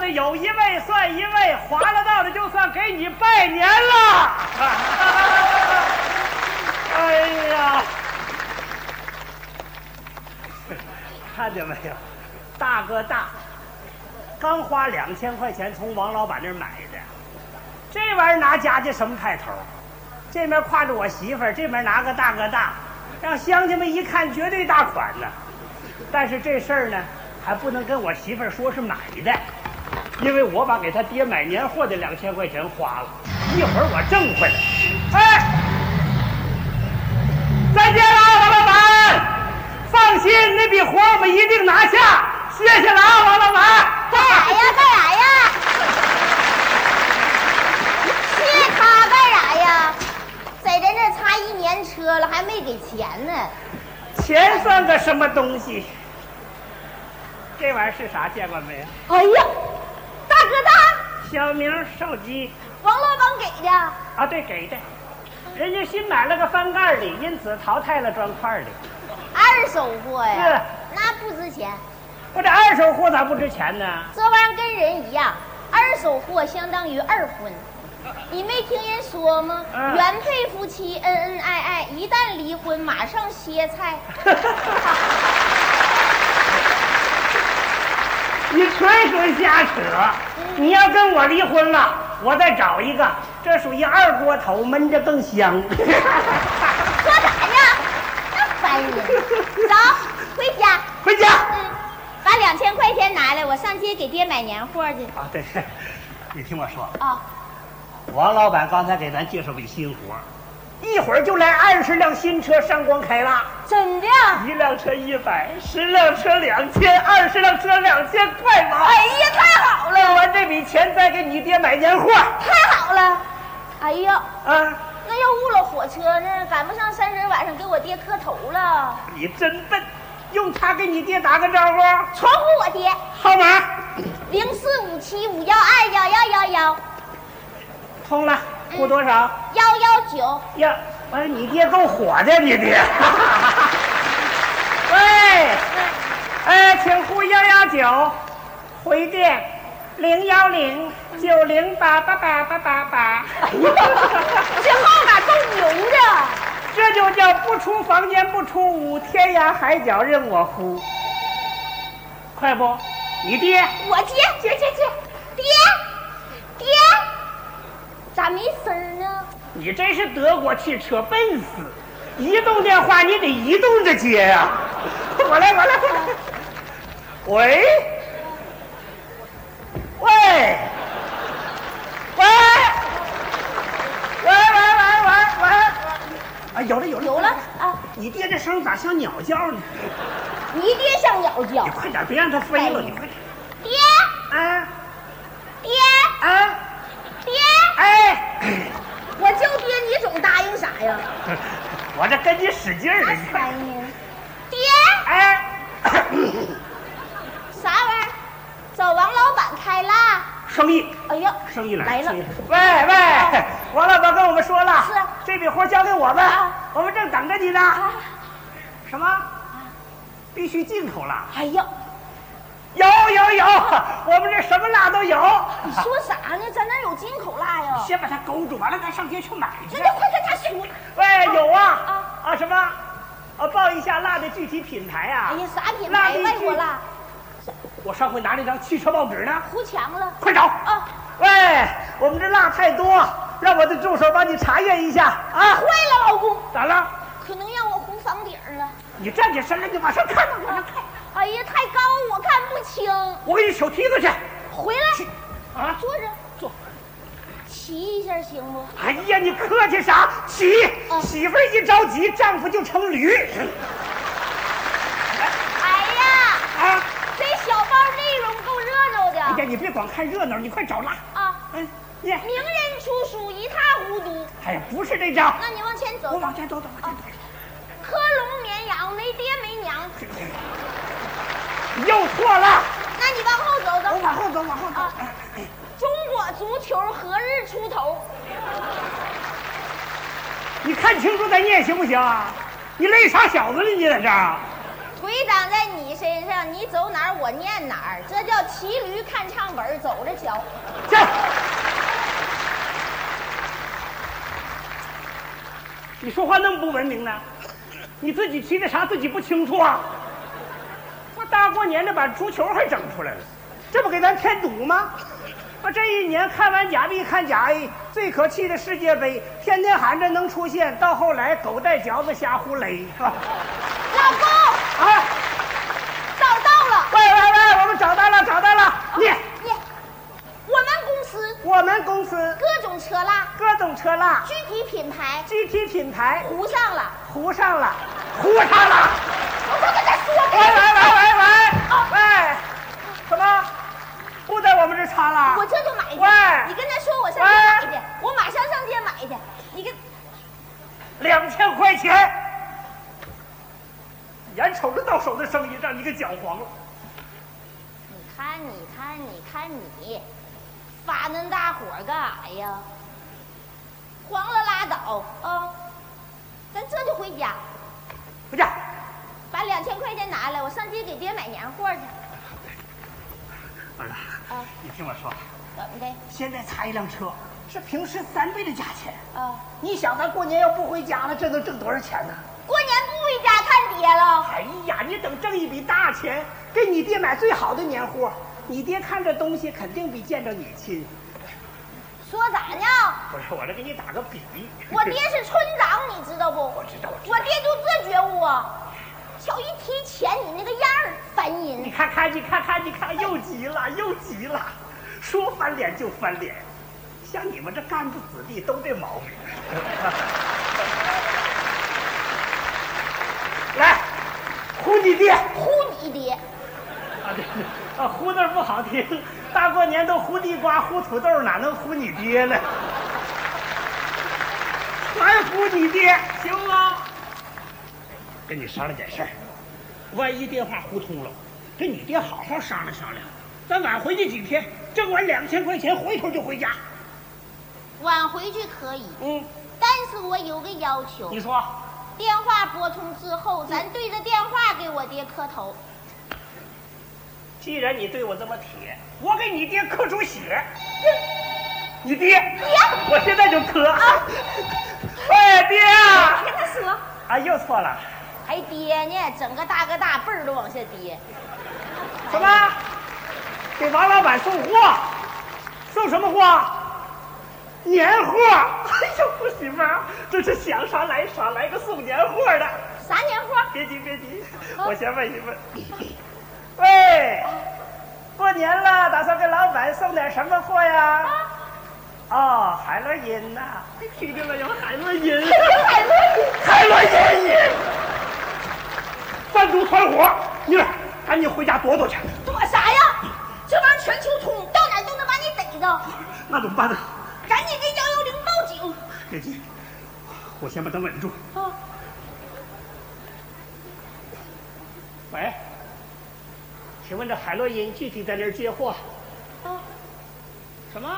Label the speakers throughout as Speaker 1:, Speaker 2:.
Speaker 1: 是有一位算一位，划拉到的就算给你拜年了。 哎呀，看见没有，大哥大，刚花两千块钱从王老板那儿买的，这玩意儿拿家去什么派头？这面挎着我媳妇儿，这面拿个大哥大，让乡亲们一看绝对大款呢。但是这事儿呢，还不能跟我媳妇儿说是买的，因为我把给他爹买年货的两千块钱花了，一会儿我挣回来。哎，再见了，王老板，放心，那笔活我们一定拿下。谢谢了啊，王老板。
Speaker 2: 干啥呀？干啥呀？谢他干啥呀？在咱这儿擦一年车了，还没给钱呢。
Speaker 1: 钱算个什么东西？这玩意儿是啥？见过没有？啊
Speaker 2: 哎呀，大哥大，
Speaker 1: 小明手机
Speaker 2: 王老板给的。
Speaker 1: 啊，对，给的。人家新买了个翻盖的，因此淘汰了砖块的。
Speaker 2: 二手货哎呀
Speaker 1: 是，
Speaker 2: 那不值钱，
Speaker 1: 我这二手货咋不值钱呢？
Speaker 2: 这玩意儿跟人一样，二手货相当于二婚。你没听人说吗？
Speaker 1: 嗯
Speaker 2: 原配夫妻恩恩爱爱，一旦离婚马上歇菜。
Speaker 1: 你纯属瞎扯！你要跟我离婚了，我再找一个，这属于二锅头，闷着更香。
Speaker 2: 说啥呢？那烦人！走，回家。
Speaker 1: 回家。
Speaker 2: 嗯，把两千块钱拿来，我上街给爹买年货去。
Speaker 1: 啊，对，你听我说，
Speaker 2: 啊、
Speaker 1: 王老板刚才给咱介绍笔新活儿，一会儿就来二十辆新车上光开了。
Speaker 2: 真的？
Speaker 1: 一辆车一百，十辆车两千，二十辆车两千，快买！
Speaker 2: 哎呀，太好了，
Speaker 1: 挣完这笔钱再给你爹买年货
Speaker 2: 太好了！哎呀，
Speaker 1: 啊！
Speaker 2: 那要误了火车呢，赶不上三十晚上给我爹磕头了。
Speaker 1: 你真笨，用它给你爹打个招呼，
Speaker 2: 传呼我爹，
Speaker 1: 号码
Speaker 2: 零四五七五幺二幺幺幺幺
Speaker 1: 通了，付多少？
Speaker 2: 幺幺九。
Speaker 1: 呀，完了，你爹够火的，你 爹。喂，呃，请呼幺幺九，回电零幺零九零八八八八八 八。
Speaker 2: 这号码够牛的。
Speaker 1: 这就叫不出房间不出屋，天涯海角任我呼。快不？你爹
Speaker 2: 我接接接接，爹爹，咋没声儿呢？
Speaker 1: 你真是德国汽车，笨死！移动电话你得移动着接呀、 我来，我来，我来。喂，喂，喂，喂喂喂喂喂！啊，有了有了
Speaker 2: 有了！啊！
Speaker 1: 你爹这声咋像鸟叫呢？
Speaker 2: 你爹像鸟叫
Speaker 1: 你，快点，别让它飞了！你快点。
Speaker 2: 爹
Speaker 1: 哎
Speaker 2: 爹
Speaker 1: 哎
Speaker 2: 爹，
Speaker 1: 哎！
Speaker 2: 我叫爹，你总答应啥呀？
Speaker 1: 我这跟你使劲儿呢，你看。
Speaker 2: 烦人！爹，
Speaker 1: 哎，
Speaker 2: 啥玩意儿？找王老板开啦！
Speaker 1: 生意，
Speaker 2: 哎呀，
Speaker 1: 生意
Speaker 2: 来
Speaker 1: 来
Speaker 2: 了啊
Speaker 1: 生意来喂喂，王老板跟我们说了，
Speaker 2: 是
Speaker 1: 这笔活交给我们
Speaker 2: 啊，
Speaker 1: 我们正等着你呢。
Speaker 2: 啊！
Speaker 1: 什么？必须进口辣？
Speaker 2: 哎呀，
Speaker 1: 有有有，
Speaker 2: 啊
Speaker 1: 我们这什么辣都有。
Speaker 2: 你说啥呢？咱那儿有进口辣呀？
Speaker 1: 先把它勾住，完了咱上街去买去
Speaker 2: 那。就快跟他说。
Speaker 1: 喂，有啊
Speaker 2: 啊
Speaker 1: 啊什么？啊，报一下辣的具体品牌啊
Speaker 2: 哎。呀，啥品
Speaker 1: 辣
Speaker 2: 牌？
Speaker 1: 的
Speaker 2: 外
Speaker 1: 具
Speaker 2: 国辣，
Speaker 1: 我上回拿那张汽车报纸呢。
Speaker 2: 糊墙了。
Speaker 1: 快找！
Speaker 2: 啊！
Speaker 1: 喂，我们这辣太多，让我的助手帮你查验一下啊
Speaker 2: 坏！了，老公，
Speaker 1: 咋了？
Speaker 2: 可能让我糊房顶儿了。
Speaker 1: 你站起身来，你往上看，往上看！
Speaker 2: 哎呀，太高我看不清。
Speaker 1: 我给你手梯子去
Speaker 2: 回来，
Speaker 1: 啊！
Speaker 2: 坐着
Speaker 1: 坐。
Speaker 2: 骑一下行不？
Speaker 1: 哎呀，你客气啥？起
Speaker 2: 啊，
Speaker 1: 媳妇儿一着急，丈夫就成驴
Speaker 2: 哎呀，
Speaker 1: 啊！
Speaker 2: 这小报内容够热闹
Speaker 1: 哎呀，
Speaker 2: 的
Speaker 1: 你别光看热闹，你快找辣！
Speaker 2: 啊！
Speaker 1: 嗯，耶！
Speaker 2: 名人出书一塌糊涂。
Speaker 1: 哎呀，不是这张，
Speaker 2: 那你往前
Speaker 1: 我
Speaker 2: 走，
Speaker 1: 往前走走，往前
Speaker 2: 克隆绵羊没爹没娘。
Speaker 1: 走又错了，
Speaker 2: 那你往后走
Speaker 1: 我
Speaker 2: 走，
Speaker 1: 往后走，往后走。
Speaker 2: 啊
Speaker 1: 哎哎
Speaker 2: 中国足球何日出头？
Speaker 1: 你看清楚再念行不行啊？你累傻小子了，你在这儿啊？
Speaker 2: 腿长在你身上，你走哪儿我念哪儿，这叫骑驴看唱本儿，走着瞧。
Speaker 1: 去。你说话那么不文明呢？你自己提的啥自己不清楚啊？我大过年的把足球还整出来了，这不给咱添堵吗？我这一年看完假币看假 A，最可气的世界杯，天天喊着能出现，到后来狗带嚼子瞎胡勒。 啊！
Speaker 2: 老公，找到了，
Speaker 1: 喂喂喂，我们找到了，找到了！你，
Speaker 2: 耶！我们公司
Speaker 1: 我们公司
Speaker 2: 各种车拉，
Speaker 1: 各种车蜡
Speaker 2: 具体品牌
Speaker 1: 具体品牌
Speaker 2: 糊上了。
Speaker 1: 糊上了，哎糊上了。哦
Speaker 2: 我都跟他说哦
Speaker 1: 喂喂喂喂喂喂，怎么不在我们这插
Speaker 2: 我
Speaker 1: 了？
Speaker 2: 这就买去。
Speaker 1: 喂
Speaker 2: 你跟他说我上街买去，我马上上街买去。你跟
Speaker 1: 两千块钱，眼瞅着到手的生意让你给搅黄了。
Speaker 2: 你看，你看，你看你，发那大火干啥呀？黄了拉倒啊！咱这就回家，
Speaker 1: 回家，
Speaker 2: 把两千块钱拿来，我上街给爹买年货去。
Speaker 1: 儿子，
Speaker 2: 啊，
Speaker 1: 你听我说，
Speaker 2: 怎么的？
Speaker 1: 现在擦一辆车是平时三倍的价钱。
Speaker 2: 啊，
Speaker 1: 你想咱过年要不回家了，这能挣多少钱呢？
Speaker 2: 过年不回家看爹了？
Speaker 1: 哎呀，你等挣一笔大钱，给你爹买最好的年货，你爹看这东西肯定比见着你亲。
Speaker 2: 说咋呢？
Speaker 1: 不是，我这给你打个比喻。
Speaker 2: 我爹是村长，你知道不？我
Speaker 1: 知道我知道
Speaker 2: 我爹就这觉悟啊！瞧一提钱，你那个样儿 烦
Speaker 1: 你
Speaker 2: 人。
Speaker 1: 看看，你看看，你看，又急了，又急了，说翻脸就翻脸，像你们这干部子弟都这毛病。 来，呼你爹啊
Speaker 2: 呼你爹，
Speaker 1: 对，啊，呼字儿不好听，大过年都呼地瓜、呼土豆，哪能呼你爹呢？还呼你爹，行吗？跟你商量点事儿，万一电话呼通了，跟你爹好好商量商量，咱晚回去几天，挣完两千块钱，回头就回家。
Speaker 2: 晚回去可以，
Speaker 1: 嗯，
Speaker 2: 但是我有个要求
Speaker 1: 你，说，
Speaker 2: 电话拨通之后，咱对着电话给我爹磕头。
Speaker 1: 既然你对我这么铁，我给你爹磕出血。你爹，我现在就磕。哎，爹啊！
Speaker 2: 跟他说，
Speaker 1: 啊，又错了。
Speaker 2: 还哎爹呢，整个大哥大辈儿都往下跌。
Speaker 1: 什么？给王老板送货？送什么货？年货！ 哎呦，我媳妇儿，这是想啥来啥，来个送年货的。
Speaker 2: 啥年 货？
Speaker 1: 别急别急，我先问一问。喂，过年了，打算给老板送点什么货呀？哦，海洛因呐、听见没有？海洛因，
Speaker 2: 海洛
Speaker 1: 海洛因，贩毒团伙，妮儿，赶紧回家躲躲去。
Speaker 2: 躲啥呀？这玩意儿全球通，到哪儿都能把你逮着，
Speaker 1: 那怎么办呢？
Speaker 2: 赶紧给幺幺零报警。
Speaker 1: 别急，我先把他稳住。
Speaker 2: 啊，
Speaker 1: 喂，请问这海洛因具体在哪儿接货？
Speaker 2: 啊
Speaker 1: 什么？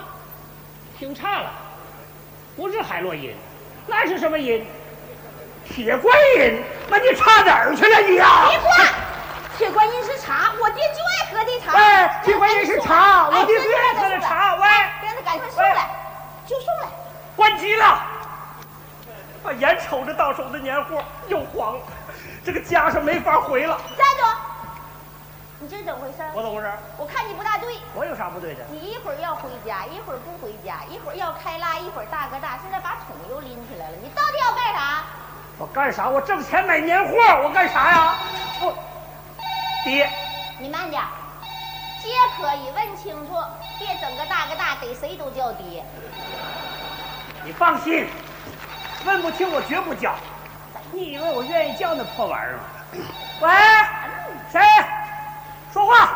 Speaker 1: 听差了，不是海洛因，那是什么因？铁观音？那你差哪儿去了你呀、啊
Speaker 2: 别挂！铁观音是茶，我爹就爱喝这茶。
Speaker 1: 哎，铁观音是茶，
Speaker 2: 哎
Speaker 1: 我爹最爱喝的茶。哎喂，
Speaker 2: 让他赶快送来，就送来。
Speaker 1: 关机了。啊，眼瞅着到手的年货又黄了，这个家是没法回了。
Speaker 2: 站住！你这怎么回事儿？
Speaker 1: 我怎么回事？
Speaker 2: 我看你不大对，
Speaker 1: 我有啥不对的？
Speaker 2: 你一会儿要回家，一会儿不回家，一会儿要开拉，一会儿大哥大，现在把桶又拎起来了，你到底要干啥？
Speaker 1: 我干啥？我挣钱买年货，我干啥呀？我爹，
Speaker 2: 你慢点儿，接可以问清楚，别整个大哥大逮谁都叫爹。
Speaker 1: 你放心，问不清我绝不叫。你以为我愿意叫那破玩意儿吗？喂，谁？说话！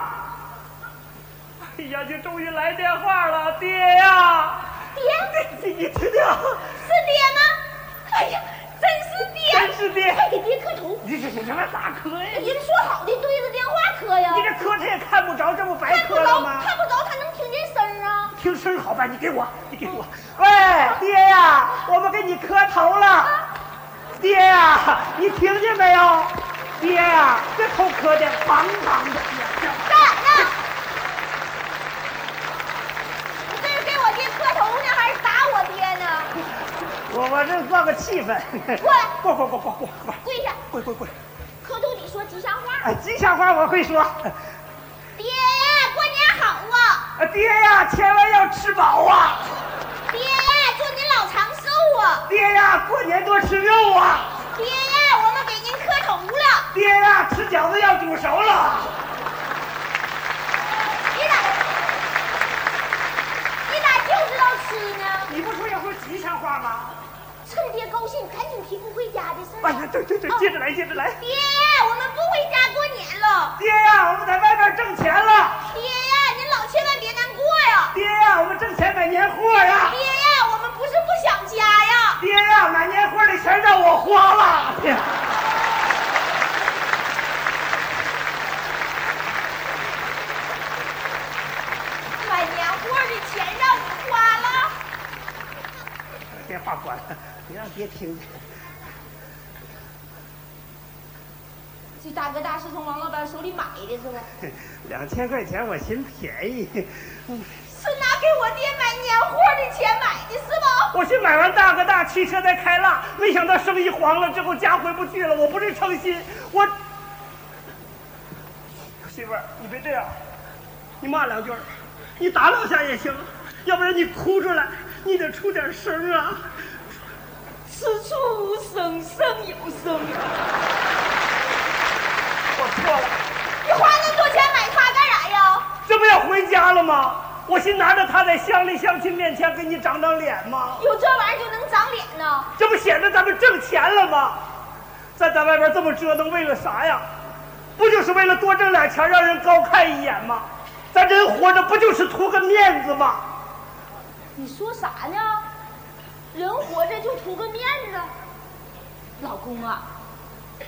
Speaker 1: 哎呀，这终于来电话了，爹呀！
Speaker 2: 爹
Speaker 1: 你你听听，
Speaker 2: 是爹吗？哎呀，真是爹！
Speaker 1: 真是爹！
Speaker 2: 快给爹磕头！
Speaker 1: 你这这什么咋磕呀？
Speaker 2: 人说好的对着电话磕呀
Speaker 1: 你，这磕他也看不着，这不白
Speaker 2: 看不
Speaker 1: 磕了
Speaker 2: 着
Speaker 1: 吗？
Speaker 2: 看不着，他能听见声儿啊。
Speaker 1: 听声儿好办，你给我，你给我。喂，爹呀，我们给你磕头了。爹呀，你听见没有？爹呀、这头磕的梆梆的呀，
Speaker 2: 干呢？你这是给我爹磕头呢，还是打我爹呢？
Speaker 1: 我我这做个气氛，滚滚滚滚滚滚
Speaker 2: 跪下，
Speaker 1: 滚滚滚！
Speaker 2: 磕头你说吉祥话。
Speaker 1: 哎，吉祥话我会说，
Speaker 2: 爹呀，过年好啊！
Speaker 1: 啊爹呀、千万要吃饱啊！
Speaker 2: 爹呀，祝您老长寿啊！
Speaker 1: 爹呀，过年多吃肉啊！
Speaker 2: 爹呀，我们给您磕头了。
Speaker 1: 爹呀，吃饺子要煮熟了。
Speaker 2: 你咋，你咋就知道吃呢？
Speaker 1: 你不说要说吉祥话吗？
Speaker 2: 趁爹高兴，赶紧提不回家的事
Speaker 1: 哎呀
Speaker 2: 儿。，
Speaker 1: 对对对，接着来，接着来。
Speaker 2: 爹呀，我们不回家过年了。
Speaker 1: 爹呀，我们在外边挣钱了。
Speaker 2: 爹呀，您老千万别难过呀。
Speaker 1: 爹呀，我们挣钱买年货呀。
Speaker 2: 爹呀，我们不是不想家呀。
Speaker 1: 爹呀，买年货的钱让我花了。哎呀
Speaker 2: 买年货的钱让你花了，
Speaker 1: 电话关了，别让爹听见。
Speaker 2: 这大哥大是从王老板手里买的是吗？
Speaker 1: 两千块钱我嫌便宜，
Speaker 2: 是拿给我爹买年货的钱买的是吗？
Speaker 1: 我去买完大哥大汽车再开蜡，没想到生意黄了之后家回不去了。我不是诚心，我媳妇儿你别这样，你骂两句儿，你打两下也行，要不然你哭出来，你得出点声儿啊。
Speaker 2: 此处无声胜有声，
Speaker 1: 我错了，
Speaker 2: 你花那么多钱买它干啥呀？
Speaker 1: 这不要回家了吗？我心拿着它在乡里乡亲面前给你长长脸吗？
Speaker 2: 有这玩意儿就能长脸呢？
Speaker 1: 这不显得咱们挣钱了吗？在咱外边这么折腾，为了啥呀？不就是为了多挣俩钱，让人高看一眼吗？咱人活着不就是图个面子吗？
Speaker 2: 你说啥呢？人活着就图个面子，老公啊，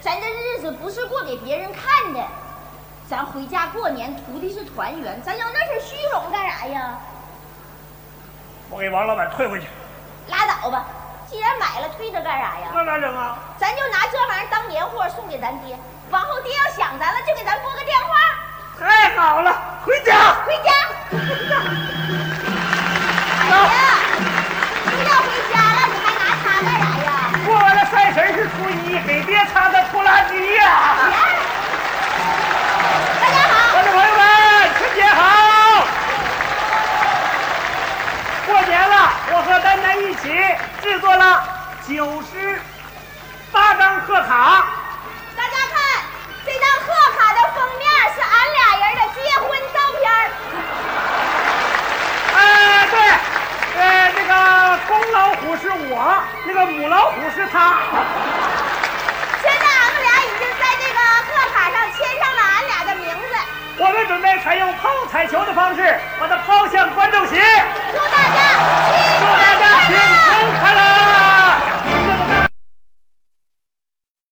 Speaker 2: 咱这日子不是过给别人看的，咱回家过年图的是团圆，咱要那些虚荣干啥呀？
Speaker 1: 我给王老板退回去。
Speaker 2: 拉倒吧，既然买了，推它干啥呀？
Speaker 1: 那咋整啊？
Speaker 2: 咱就拿这玩意儿当年货送给咱爹，往后爹要想咱了，就给咱拨个电话，
Speaker 1: 太好了，回家。
Speaker 2: 回家。哎呀，都要回家了，你还拿它干啥呀？
Speaker 1: 过完了三十是初一，给爹擦擦拖拉机呀、
Speaker 2: 大家好。
Speaker 1: 观众朋友们，春节好！过年了，我和丹丹一起制作了九十八张贺卡。
Speaker 2: 大家看，这张贺卡的封面是俺俩人的结婚照片儿
Speaker 1: 呃，对，呃，这个公老虎是我，那个母老虎是他。
Speaker 2: 现在俺们俩已经在这个贺卡上签上了俺俩的名字。
Speaker 1: 我们准备采用抛彩球的方式，把